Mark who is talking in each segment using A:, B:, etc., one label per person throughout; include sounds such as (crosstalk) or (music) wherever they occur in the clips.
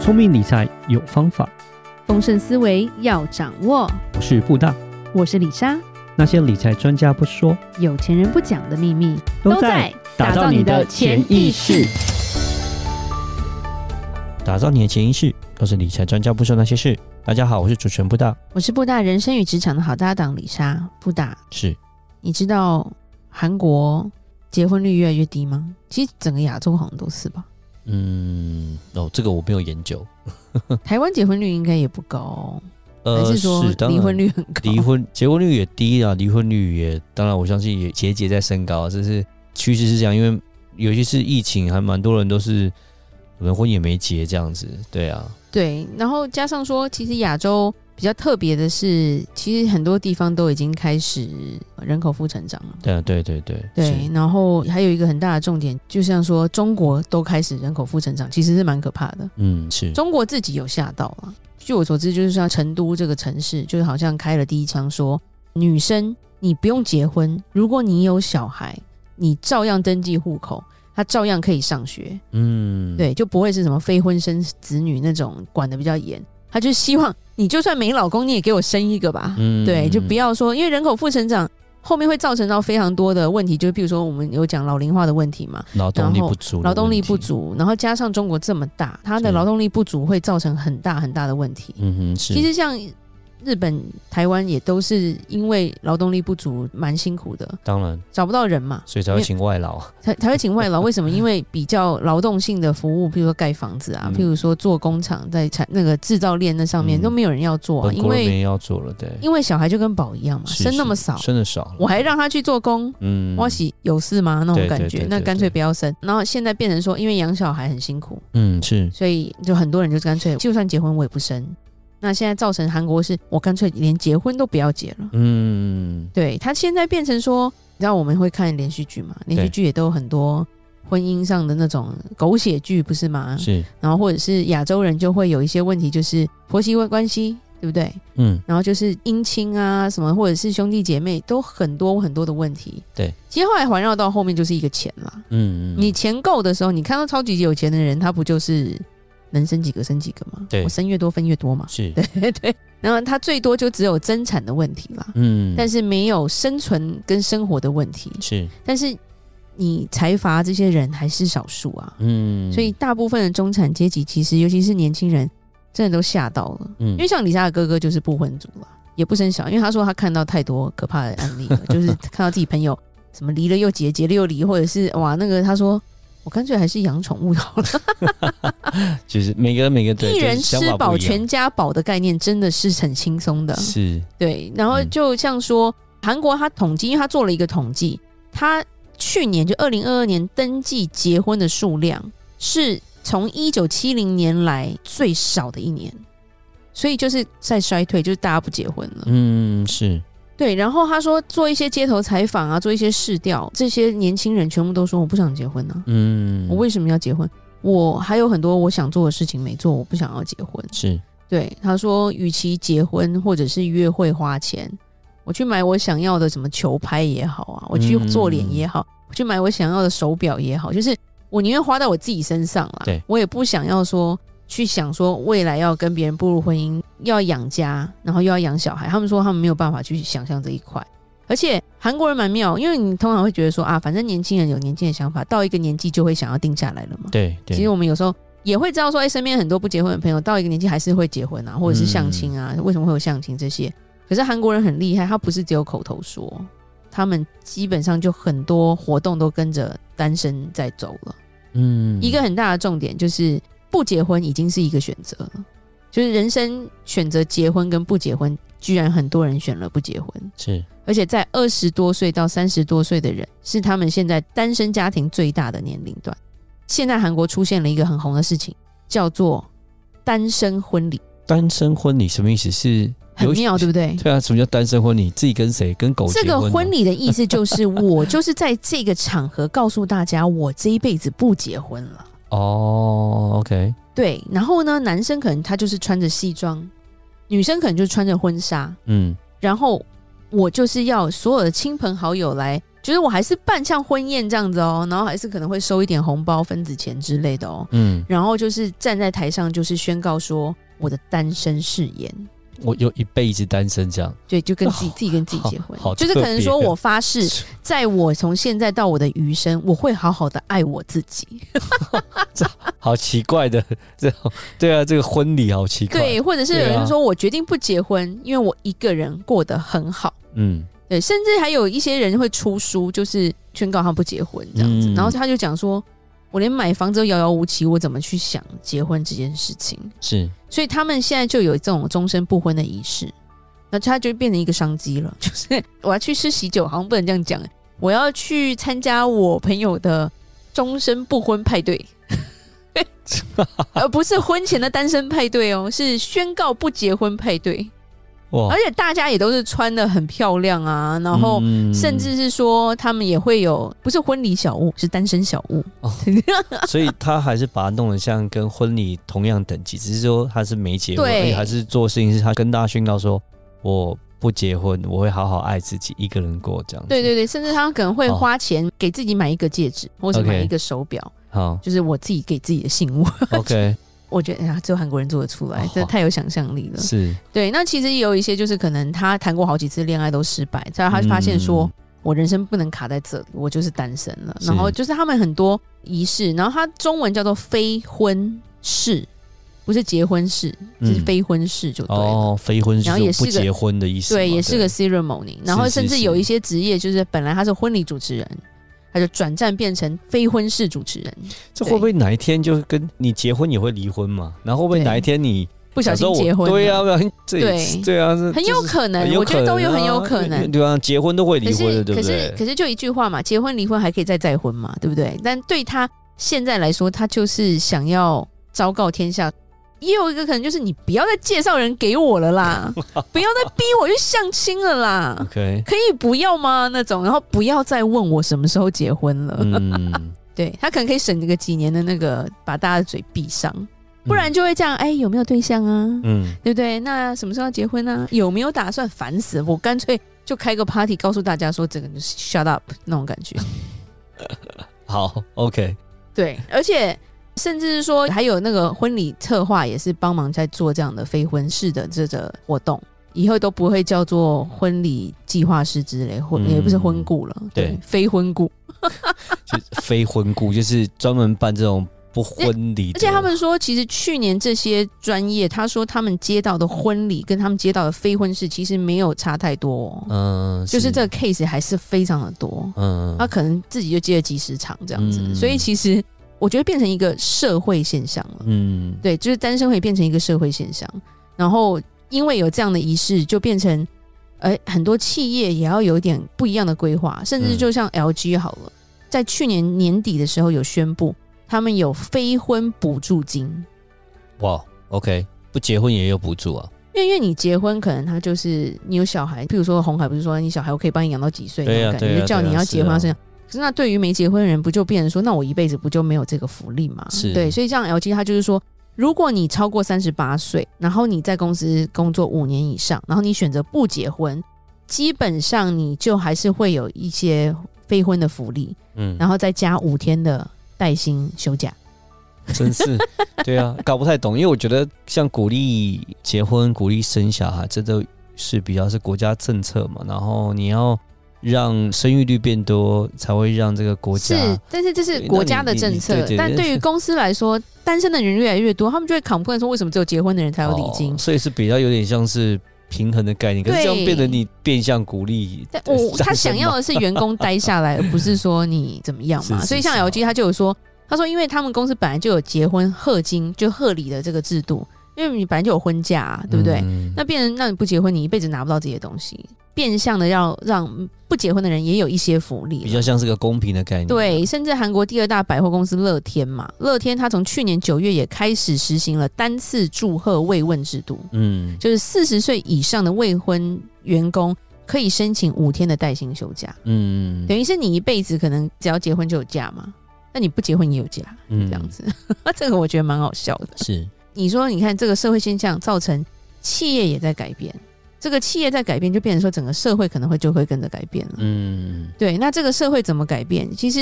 A: 聪明理财有方法，
B: 丰盛思维要掌握。
A: 我是布大。
B: 我是李莎，
A: 那些理财专家不说，
B: 有钱人不讲的秘密
A: 打造你的潜意识。。打造你的潜意识，都是理财专家不说那些事。大家好，我是主持人布大。
B: 我是布大人生与职场的好搭档李莎。布大，
A: 是，
B: 你知道韩国结婚率越来越低吗？其实整个亚洲好像都是吧。
A: 嗯，哦，这个我没有研究。
B: 台湾结婚率应该也不高，哦还
A: 嗯呃，
B: 是说
A: 当然
B: 离婚率很高？
A: 离婚结婚率也低啊，离婚率也当然我相信也节节在升高，这是趋势是这样，因为尤其是疫情，还蛮多人都是可能婚也没结这样子，对啊，
B: 对，然后加上说，其实亚洲比较特别的是，其实很多地方都已经开始人口负成长了。
A: 对啊，对对对，
B: 对
A: 是，
B: 然后还有一个很大的重点，就像说中国都开始人口负成长，其实是蛮可怕的。
A: 嗯是，
B: 中国自己有吓到啊。据我所知，就是像成都这个城市，就是好像开了第一枪说，女生你不用结婚，如果你有小孩，你照样登记户口，她照样可以上学。
A: 嗯，
B: 对，就不会是什么非婚生子女那种管的比较严，他就希望你就算没老公，你也给我生一个吧。
A: 嗯
B: 对，就不要说，因为人口负成长后面会造成到非常多的问题，就是比如说我们有讲老龄化的问题嘛，
A: 劳动力不足的问题，
B: 劳动力不足，然后加上中国这么大，它的
A: 是
B: 劳动力不足会造成很大很大的问题。
A: 嗯哼是，
B: 其实像日本、台湾也都是因为劳动力不足蛮辛苦的，
A: 当然，
B: 找不到人嘛，
A: 所以才会请外劳，
B: 才才会请外劳，为什么？因为比较劳动性的服务，譬如说盖房子啊，
A: 嗯
B: 譬如说做工厂，在产那个制造链那上面、
A: 嗯
B: 都没有人要做、啊，
A: 本
B: 因
A: 国人
B: 为
A: 没要做了，对，
B: 因为小孩就跟宝一样嘛，
A: 是
B: 生那么
A: 是
B: 少，
A: 生的少，
B: 我还让他去做工。
A: 嗯
B: 我喜有事吗？那种
A: 对
B: 感
A: 对
B: 觉
A: 对，
B: 那
A: 对
B: 干脆
A: 对
B: 不要生。然后现在变成说，因为养小孩很辛苦，
A: 嗯是，
B: 所以就很多人就干脆，就算结婚我也不生。那现在造成韩国是，我干脆连结婚都不要结了。
A: 嗯
B: 对他现在变成说，你知道我们会看连续剧嘛？连续剧也都有很多婚姻上的那种狗血剧，不是吗？
A: 是，
B: 然后或者是亚洲人就会有一些问题，就是婆媳问关系，对不对？
A: 嗯
B: 然后就是姻亲啊什么，或者是兄弟姐妹，都很多很多的问题。
A: 对，
B: 其实后来环绕到后面就是一个钱啦。
A: 嗯嗯，
B: 你钱够的时候，你看到超级有钱的人，他不就是能生几个生几个吗？
A: 对
B: 我生越多分越多嘛。 (laughs)
A: 是，
B: 对对，然后他最多就只有增产的问题啦。
A: 嗯，
B: 但
A: 是
B: 是没有生存跟生活的问题。
A: 是，
B: 但是你财阀这些人还是少数啊，
A: 嗯，
B: 所以大部分的中产阶级其实，尤其是年轻人，真的都吓到了。
A: 嗯
B: 因为像李莎的哥哥就是不婚族了，也不生小孩，因为他说他看到太多可怕的案例了，
A: (laughs)
B: 就是看到自己朋友什么离了又结，结了又离，或者是哇那个他说。我干脆还是养宠物好了，
A: 就是每个人每个
B: (laughs)
A: 对
B: 一人
A: 就是想
B: 吃
A: 法
B: 饱
A: 不一样
B: 全家饱的概念真的是很轻松的。
A: 是
B: 对，然后
A: 嗯
B: 就像说韩国，他统计，因为他做了一个统计，他去年就二零二二年登记结婚的数量是从一九七零年来最少的一年，所以就是在衰退，就是大家不结婚了。
A: 嗯是
B: 对，然后他说做一些街头采访啊，做一些试调，这些年轻人全部都说我不想结婚啊，
A: 嗯，
B: 我为什么要结婚？我还有很多我想做的事情没做，我不想要结婚。
A: 是
B: 对，他说，与其结婚或者是约会花钱，我去买我想要的什么球拍也好啊，我去做脸也好，我去买我想要的手表也好，就是我宁愿花到我自己身上啦。
A: 对
B: 我也不想要说去想说未来要跟别人步入婚姻，要养家，然后又要养小孩。他们说他们没有办法去想象这一块。而且韩国人蛮妙，因为你通常会觉得说啊，反正年轻人有年轻的想法，到一个年纪就会想要定下来了嘛。
A: 对对，
B: 其实我们有时候也会知道说，哎、身边很多不结婚的朋友到一个年纪还是会结婚啊，或者是相亲啊，
A: 嗯
B: 为什么会有相亲这些？可是韩国人很厉害，他不是只有口头说，他们基本上就很多活动都跟着单身在走了。
A: 嗯
B: 一个很大的重点就是不结婚已经是一个选择了，就是人生选择结婚跟不结婚，居然很多人选了不结婚。
A: 是
B: 而且在二十多岁到三十多岁的人，是他们现在单身家庭最大的年龄段。现在韩国出现了一个很红的事情，叫做单身婚礼，
A: 单身婚礼什么意思？是
B: 很
A: 有
B: 妙，对不对？
A: 对啊，什么叫单身婚礼？自己跟谁？跟狗
B: 这
A: 结
B: 个
A: 婚啊
B: 婚
A: 礼
B: 礼的意思就是，我就是在这个场合告诉大家，我这一辈子不结婚了。
A: 哦，OK，
B: 对，然后呢，男生可能他就是穿着西装，女生可能就穿着婚纱，
A: 嗯
B: 然后我就是要所有的亲朋好友来就是我还是办像婚宴这样子哦，然后还是可能会收一点红包、分子钱之类的哦。
A: 嗯，
B: 然后就是站在台上，就是宣告说我的单身誓言，
A: 我有一辈子单身这样，
B: 对，就跟自己
A: 好
B: 自己跟自己结婚
A: 哦好好，
B: 就是可能说
A: 特别啊
B: 我发誓，在我从现在到我的余生，我会好好的爱我自己。
A: 好奇怪的 (laughs) 这种，对啊，这个婚礼好奇怪，
B: 对，或者是有
A: 对啊
B: 人说我决定不结婚，因为我一个人过得很好。
A: 嗯，
B: 对，甚至还有一些人会出书，就是宣告他不结婚这样子，
A: 嗯
B: 然后他就讲说，我连买房子都遥遥无期，我怎么去想结婚这件事情？
A: 是
B: 所以他们现在就有这种终身不婚的仪式，那它就变成一个商机了。 (laughs) 就是我要去吃喜酒，好像不能这样讲，我要去参加我朋友的终身不婚派对，而不是婚前的单身派对哦，是宣告不结婚派对。
A: 哇
B: 而，且大家也都是穿的很漂亮啊，哎然后
A: 嗯
B: 甚至是说他们也会有不是婚礼小物，是单身小物。
A: (laughs) 所以他还是把它弄得像跟婚礼同样等级，只是说他是没结婚，
B: 对
A: 而且还是做事情是他跟大家宣告说我不结婚，我会好好爱自己，一个人过这样子。
B: 对，对对，甚至他可能会
A: 嗯哦
B: 花钱给自己买一个戒指，或者买
A: OK
B: 一个手表。 (laughs)
A: 好
B: 就是我自己给自己的信物。 (laughs)
A: ，OK，
B: 我觉得哎呀，只有韩国人做得出来
A: 哦，
B: 这太有想象力了。
A: 是
B: 对，那其实也有一些就是可能他谈过好几次恋爱都失败，所以他发现说、
A: 嗯
B: 我人生不能卡在这里，我就是单身了。
A: 是
B: 然后就是他们很多仪式，然后他中文叫做非婚式，不是结婚式，
A: 嗯
B: 是非婚式就对了。
A: 哦，非婚是
B: 然后也是
A: 不
B: 个
A: 结婚的意思嘛，
B: 对，也是个 ceremony，然后甚至有一些职业，就是本来他是婚礼主持人，他就转战变成非婚式主持人，
A: 这会不会哪一天就是跟你结婚也会离婚嘛？然后会不会
B: 对
A: 哪一天你
B: 不小
A: 假
B: 心
A: 设我
B: 结婚了，
A: 对啊，不小心这也
B: 对
A: 对啊，这
B: 很有
A: 这是
B: 可能，
A: 很有
B: 我觉得都有
A: 啊
B: 很有可能。
A: 对啊，结婚都会
B: 可
A: 离婚
B: 是
A: 的，对
B: 可
A: 不
B: 是
A: 对？
B: 可是就一句话嘛，结婚离婚还可以再再婚嘛，对不对？但对他现在来说，他就是想要昭告天下。也有一个可能就是你不要再介绍人给我了啦，不要再逼我去相亲了啦，
A: OK，
B: 可以不要吗？那种，然后不要再问我什么时候结婚了。
A: 嗯，
B: 对他可能可以省个几年的那个，把大家的嘴闭上，不然就会这样，哎、有没有对象啊？
A: 嗯，
B: 对不对？那什么时候要结婚呢、有没有打算？烦死了！我干脆就开个 party，告诉大家说，整个人就是 shut up 那种
A: (laughs)
B: 感觉。
A: 好，OK，
B: 对，而且甚至是说，还有那个婚礼策划也是帮忙在做这样的非婚式的这个活动，以后都不会叫做婚礼计划师之类，或、
A: 嗯
B: 也不是婚顾了，对，
A: 对
B: 非婚顾。
A: 就是非婚故，就是专门办这种不婚礼的，
B: 而且他们说，其实去年这些专业，他说他们接到的婚礼跟他们接到的非婚式其实没有差太多、哦，
A: 嗯，
B: 就是这个啊 case 还是非常的多。
A: 嗯
B: 他可能自己就接了几十场这样子，
A: 嗯
B: 所以其实我觉得变成一个社会现象了。
A: 嗯，
B: 对，就是单身会变成一个社会现象，然后因为有这样的仪式，就变成，呃，很多企业也要有一点不一样的规划，甚至
A: 嗯
B: 就像 LG 好了，在去年年底的时候有宣布，他们有非婚补助金，
A: 哇，OK，不结婚也有补助啊，
B: 因为因为你结婚，可能他就是你有小孩，譬如说红海不是说你小孩我可以帮你养到几岁那
A: 对
B: 种
A: 啊
B: 感觉，
A: 对啊
B: 就叫你
A: 对啊
B: 要结婚要
A: 是
B: 生。可是那对于没结婚的人，不就变成说，那我一辈子不就没有这个福利嘛？
A: 是
B: 对，所以像 LG 他就是说，如果你超过三十八岁，然后你在公司工作五年以上，然后你选择不结婚，基本上你就还是会有一些非婚的福利，
A: 嗯，
B: 然后再加五天的带薪休假。
A: 真是，对啊，搞不太懂，因为我觉得像鼓励结婚、鼓励生小孩，这都是比较是国家政策嘛。然后你要让生育率变多，才会让这个国家
B: 是，但是这是
A: 对
B: 国
A: 那
B: 家
A: 你
B: 的
A: 你
B: 政
A: 你
B: 策
A: 对对。
B: 但
A: 对
B: 对于公司来说，单身的人越来越多，他们就会 complain 说，为什么只有结婚的人才有礼金
A: 哦？所以是比较有点像是平衡的概念。可是这样
B: 对
A: 变得你变相鼓励
B: 但
A: 呃
B: 我
A: 单
B: 他
A: 身
B: 想要
A: 嘛
B: 的是员工待下
A: (laughs)
B: 来，而不是说你怎么样嘛。
A: 是是
B: 所以像
A: 是哦
B: LG 他就有说，他说因为他们公司本来就有结婚贺金就贺礼的这个制度，因为你本来就有婚假、啊，对不对？
A: 嗯
B: 那变成让你不结婚，你一辈子拿不到这些东西，变相的要让不结婚的人也有一些福利了，
A: 比较像是个公平的概念。，
B: 对，甚至韩国第二大百货公司乐天嘛，乐天它从去年九月也开始实行了单次祝贺慰问制度，
A: 嗯，
B: 就是四十岁以上的未婚员工可以申请五天的带薪休假，
A: 嗯，
B: 等于是你一辈子可能只要结婚就有假嘛，那你不结婚也有假，
A: 嗯
B: 这样子， (laughs) 这个我觉得蛮好笑的。
A: 是
B: 你说，你看这个社会现象造成企业也在改变，这个企业在改变，就变成说整个社会可能会就会跟着改变了。
A: 嗯，
B: 对，那这个社会怎么改变？其实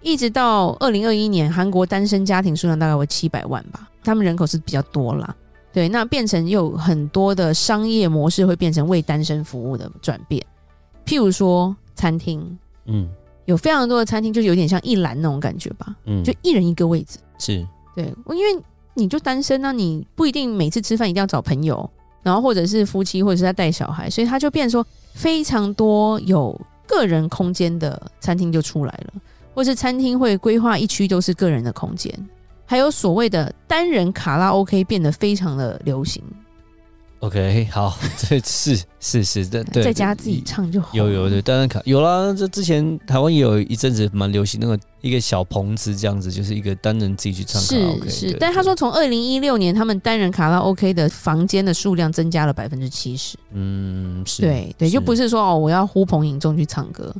B: 一直到二零二一年，韩国单身家庭数量大概为七百万吧，他们人口是比较多啦。对，那变成有很多的商业模式会变成为单身服务的转变，譬如说餐厅，
A: 嗯
B: 有非常多的餐厅就是有点像一栏那种感觉吧，
A: 嗯，
B: 就一人一个位置。
A: 是
B: 对，因为你就单身那啊你不一定每次吃饭一定要找朋友，然后或者是夫妻，或者是在带小孩，所以他就变成说非常多有个人空间的餐厅就出来了，或是餐厅会规划一区都是个人的空间，还有所谓的单人卡拉 OK 变得非常的流行，
A: OK，好， (laughs) 这是是是的，对，
B: 在家自己唱就好。
A: 有有对，单人卡有啦，这之前台湾也有一阵子蛮流行那个一个小棚子这样子，就是一个单人自己去唱卡拉 OK
B: 是是，但他说，从二零一六年，他们单人卡拉 OK 的房间的数量增加了百分之七十。
A: 对嗯，是，
B: 对对，就不
A: 是
B: 是说哦，我要呼朋引众去唱歌。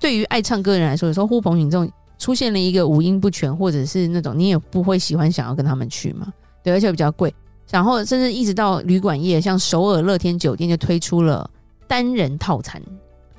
B: 对于爱唱歌的人来说，有时候呼朋引众出现了一个五音不全，或者是那种你也不会喜欢想要跟他们去嘛。对，而且比较贵。然后甚至一直到旅馆业，像首尔乐天酒店就推出了单人套餐，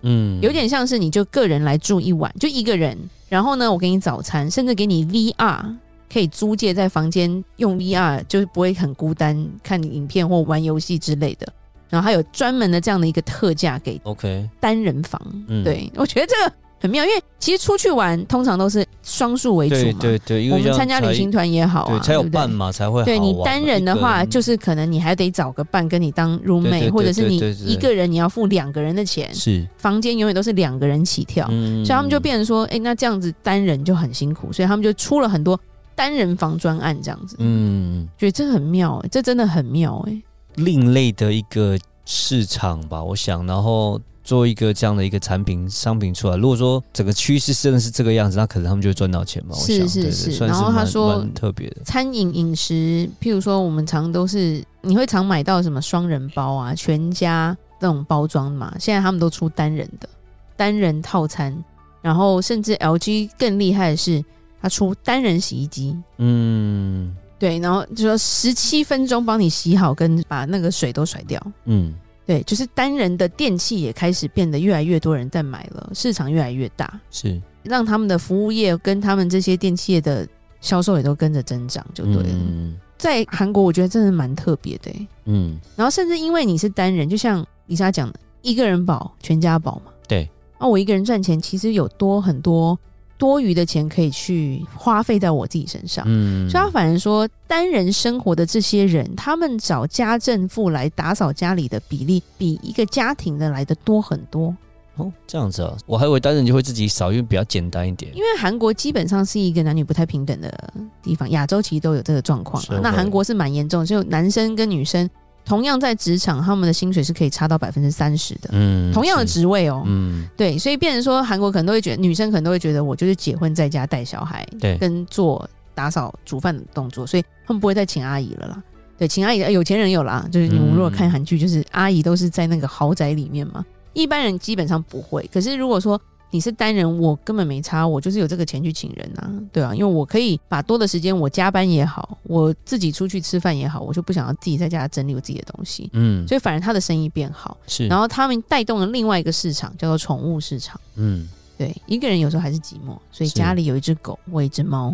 A: 嗯
B: 有点像是你就个人来住一晚，就一个人。然后呢，我给你早餐，甚至给你 VR，可以租借在房间用 VR，就是不会很孤单，看影片或玩游戏之类的。然后还有专门的这样的一个特价给
A: OK，
B: 单人房。
A: 嗯
B: 对，我觉得这个很妙，因为其实出去玩通常都是双数为主
A: 对
B: 嘛。
A: 对对，因
B: 我
A: 为这
B: 们
A: 样
B: 参加
A: 才
B: 旅行团也好啊，
A: 对才有
B: 不
A: 伴嘛，才会
B: 对
A: 好
B: 你
A: 玩嘛
B: 单人的
A: 一
B: 话，
A: 个人
B: 就是可能你还得找个伴跟你当 roommate，
A: 对
B: 或者是你
A: 对对对
B: 一个人你要付两个人的钱，
A: 是，
B: 房间永远都是两个人起跳，
A: 嗯
B: 所以他们就变成说，哎、那这样子单人就很辛苦，所以他们就出了很多单人房专案这样子，
A: 嗯
B: 觉得这很妙、欸，这真的很妙哎、
A: 另类的一个市场吧，我想，然后做一个这样的一个产品商品出来。如果说整个趋势真的是这个样子，那可能他们就会赚到钱嘛。
B: 是
A: 我想
B: 是
A: 对对
B: 是
A: 算是
B: 然后他
A: 蛮
B: 说
A: 蛮特别的，
B: 餐饮饮食，譬如说我们常都是你会常买到什么双人包啊、全家那种包装嘛，现在他们都出单人的单人套餐，然后甚至 LG 更厉害的是，它出单人洗衣机，
A: 嗯
B: 对，然后就说十七分钟帮你洗好，跟把那个水都甩掉。
A: 嗯
B: 对，就是单人的电器也开始变得越来越多人在买了，市场越来越大，
A: 是
B: 让他们的服务业跟他们这些电器业的销售也都跟着增长，就对了。
A: 嗯
B: 在韩国，我觉得真的蛮特别的欸、
A: 嗯
B: 然后甚至因为你是单人，就像李莎讲的，一个人保全家保嘛。
A: 对。
B: 那、我一个人赚钱，其实有多很多多余的钱可以去花费在我自己身上。
A: 嗯
B: 啊所以他反而说，单人生活的这些人，他们找家政妇来打扫家里的比例，比一个家庭的来的多很多。
A: 哦这样子啊，我还以为单人就会自己扫，因为比较简单一点。
B: 因为韩国基本上是一个男女不太平等的地方，亚洲其实都有这个状况
A: 是
B: 啊。那
A: 会
B: 韩国是蛮严重的，就男生跟女生同样在职场，他们的薪水是可以差到百分之三十的，
A: 嗯
B: 同样的
A: 是
B: 职位哦。
A: 嗯
B: 对，所以变成说韩国可能都会觉得，女生可能都会觉得我就是结婚在家带小孩，
A: 对
B: 跟做打扫煮饭的动作，所以他们不会再请阿姨了啦。对，请阿姨的、呃有钱人有啦，就是你们
A: 嗯
B: 如果看韩剧，就是阿姨都是在那个豪宅里面嘛，一般人基本上不会。可是如果说你是单人，我根本没差，我就是有这个钱去请人啊，对啊，因为我可以把多的时间，我加班也好，我自己出去吃饭也好，我就不想要自己在家整理我自己的东西，
A: 嗯
B: 所以反而他的生意变好，
A: 是，
B: 然
A: 后
B: 后他们带动了另外一个市场，叫做宠物市场。
A: 嗯
B: 对，一个人有时候还是寂寞，所以
A: 是
B: 家里有一只狗或一只猫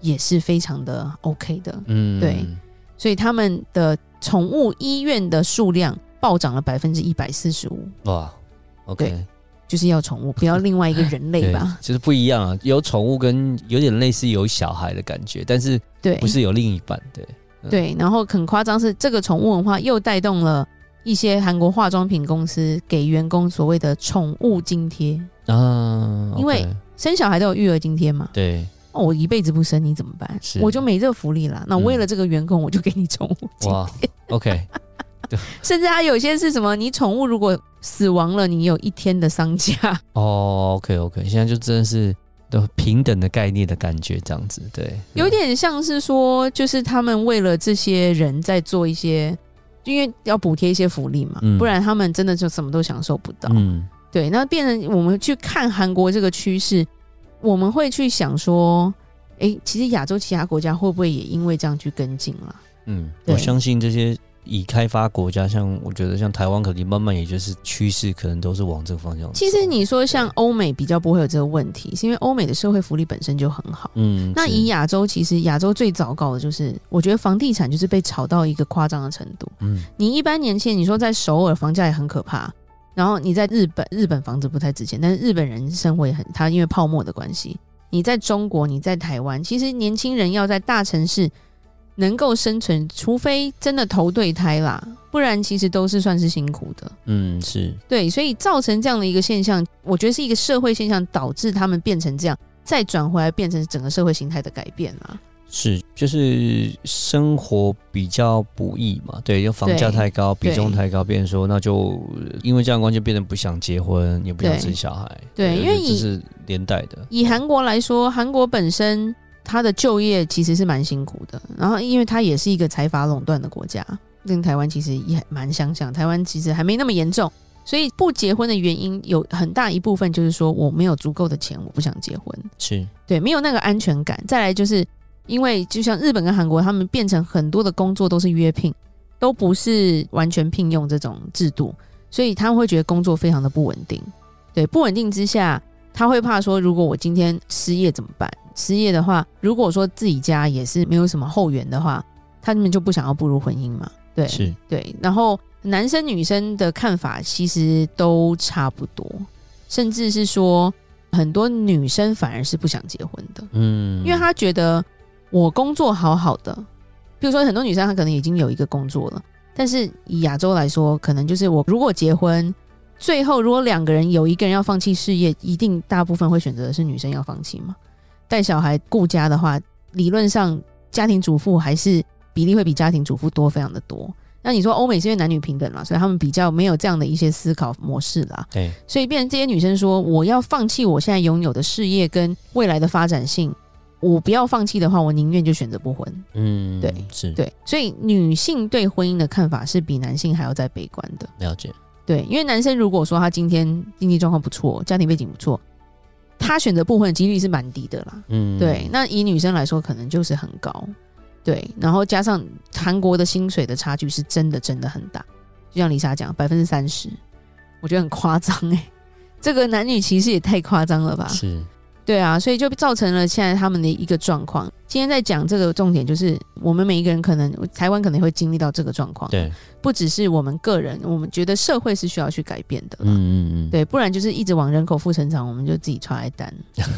B: 也是非常的 OK 的。
A: 嗯
B: 对所以他们的宠物医院的数量暴涨了百分之一百四十五，
A: 哇 OK？
B: 就是要宠物，不要另外一个人类吧
A: (laughs) 就是不一样啊，有宠物跟有点类似有小孩的感觉，但是
B: 对，
A: 不是有另一半，对，
B: 对。然后很夸张是，这个宠物文化又带动了一些韩国化妆品公司给员工所谓的宠物津贴，
A: 啊，
B: 因为
A: OK，
B: 生小孩都有育儿津贴嘛。
A: 对，
B: 哦，我一辈子不生，你怎么办？
A: 是
B: 我就没这个福利啦。那
A: 嗯
B: 为了这个员工，我就给你宠物津
A: 哇，OK，
B: 甚至还有些是什么，你宠物如果死亡了，你有一天的丧假。
A: 哦，OK，OK，现在就真的是都平等的概念的感觉，这样子，对，
B: 有点像是说，就是他们为了这些人在做一些，因为要补贴一些福利嘛，
A: 嗯
B: 不然他们真的就什么都享受不到。
A: 嗯，
B: 对，那变成我们去看韩国这个趋势，我们会去想说，诶，其实亚洲其他国家会不会也因为这样去跟进了？
A: 嗯嗯，
B: 对
A: 我相信这些已开发国家，像我觉得像台湾，可能慢慢也就是趋势，可能都是往这个方向走。
B: 其实你说像欧美比较不会有这个问题，是因为欧美的社会福利本身就很好。
A: 嗯，
B: 那
A: 是
B: 以亚洲，其实亚洲最糟糕的就是，我觉得房地产就是被炒到一个夸张的程度。
A: 嗯
B: 你一般年轻人，你说在首尔房价也很可怕，然后你在日本，日本房子不太值钱，但是日本人生活也很，他因为泡沫的关系，你在中国，你在台湾，其实年轻人要在大城市能够生存，除非真的投对胎啦，不然其实都是算是辛苦的。
A: 嗯是
B: 对，所以造成这样的一个现象，我觉得是一个社会现象，导致他们变成这样，再转回来变成整个社会形态的改变啦。
A: 是，就是生活比较不易嘛，对，因为房价
B: 对
A: 太高，比重
B: 对
A: 太高，变成说那就因为这样的关系，变成不想结婚，也不想
B: 对
A: 生小孩，
B: 对因为
A: 这
B: 以
A: 是连带的。
B: 以韩国来说，韩国本身它的就业其实是蛮辛苦的，然后因为它也是一个财阀垄断的国家，跟台湾其实也蛮相像，台湾其实还没那么严重。所以不结婚的原因有很大一部分就是说我没有足够的钱，我不想结婚，
A: 是
B: 对，没有那个安全感。再来就是因为就像日本跟韩国，他们变成很多的工作都是约聘，都不是完全聘用这种制度，所以他们会觉得工作非常的不稳定。对，不稳定之下，他会怕说，如果我今天失业怎么办？失业的话，如果说自己家也是没有什么后援的话，他们就不想要步入婚姻嘛。对，
A: 是，
B: 对，然后男生女生的看法其实都差不多，甚至是说很多女生反而是不想结婚的，
A: 嗯，
B: 因为她觉得我工作好好的，比如说很多女生她可能已经有一个工作了，但是以亚洲来说，可能就是我如果结婚。最后，如果两个人有一个人要放弃事业，一定大部分会选择的是女生要放弃嘛。带小孩顾家的话，理论上家庭主妇还是比例会比家庭主妇多，非常的多。那你说欧美是因为男女平等嘛，所以他们比较没有这样的一些思考模式啦。
A: 对，
B: 所以变成这些女生说，我要放弃我现在拥有的事业跟未来的发展性，我不要放弃的话，我宁愿就选择不婚。
A: 嗯
B: 对
A: 是，
B: 对，所以女性对婚姻的看法是比男性还要再悲观的。
A: 了解，
B: 对，因为男生如果说他今天经济状况不错，家庭背景不错，他选择不婚的几率是蛮低的啦。
A: 嗯，
B: 对，那以女生来说，可能就是很高，对，然后加上韩国的薪水的差距是真的真的很大，就像丽莎讲，百分之三十，我觉得很夸张哎， (laughs) 这个男女歧视也太夸张了吧？
A: 是，
B: 对啊，所以就造成了现在他们的一个状况。今天在讲这个重点，就是我们每一个人可能台湾可能会经历到这个状况，
A: 对，
B: 不只是我们个人，我们觉得社会是需要去改变的啦。
A: 嗯嗯嗯，
B: 对，不然就是一直往人口负成长，我们就自己穿挨单。 (laughs)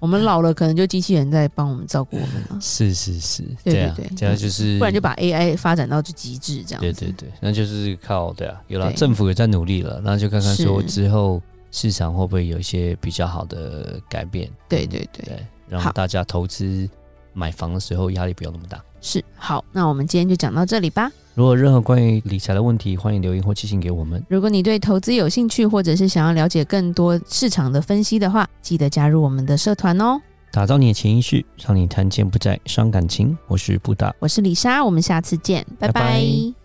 B: 我们老了，可能就机器人在帮我们照顾我们了，
A: 是是是，
B: 对
A: 这样
B: 对对
A: 这样就是，
B: 不然就把 AI 发展到最极致这样
A: 对
B: 子。
A: 对对，那就是靠对啊，有了
B: 对
A: 政府也在努力了，那就看看说
B: 是
A: 之后市场会不会有一些比较好的改变，
B: 对对对
A: 对，让
B: 好
A: 大家投资买房的时候压力不要那么大。
B: 是好。那我们今天就讲到这里吧。
A: 如果有任何关于理财的问题，欢迎留言或寄信给我们。
B: 如果你对投资有兴趣，或者是想要了解更多市场的分析的话，记得加入我们的社团哦。
A: 打造你的潜意识，让你谈钱不再伤感情。我是布达。
B: 我是李莎，我们下次见，拜
A: 拜
B: 拜
A: 拜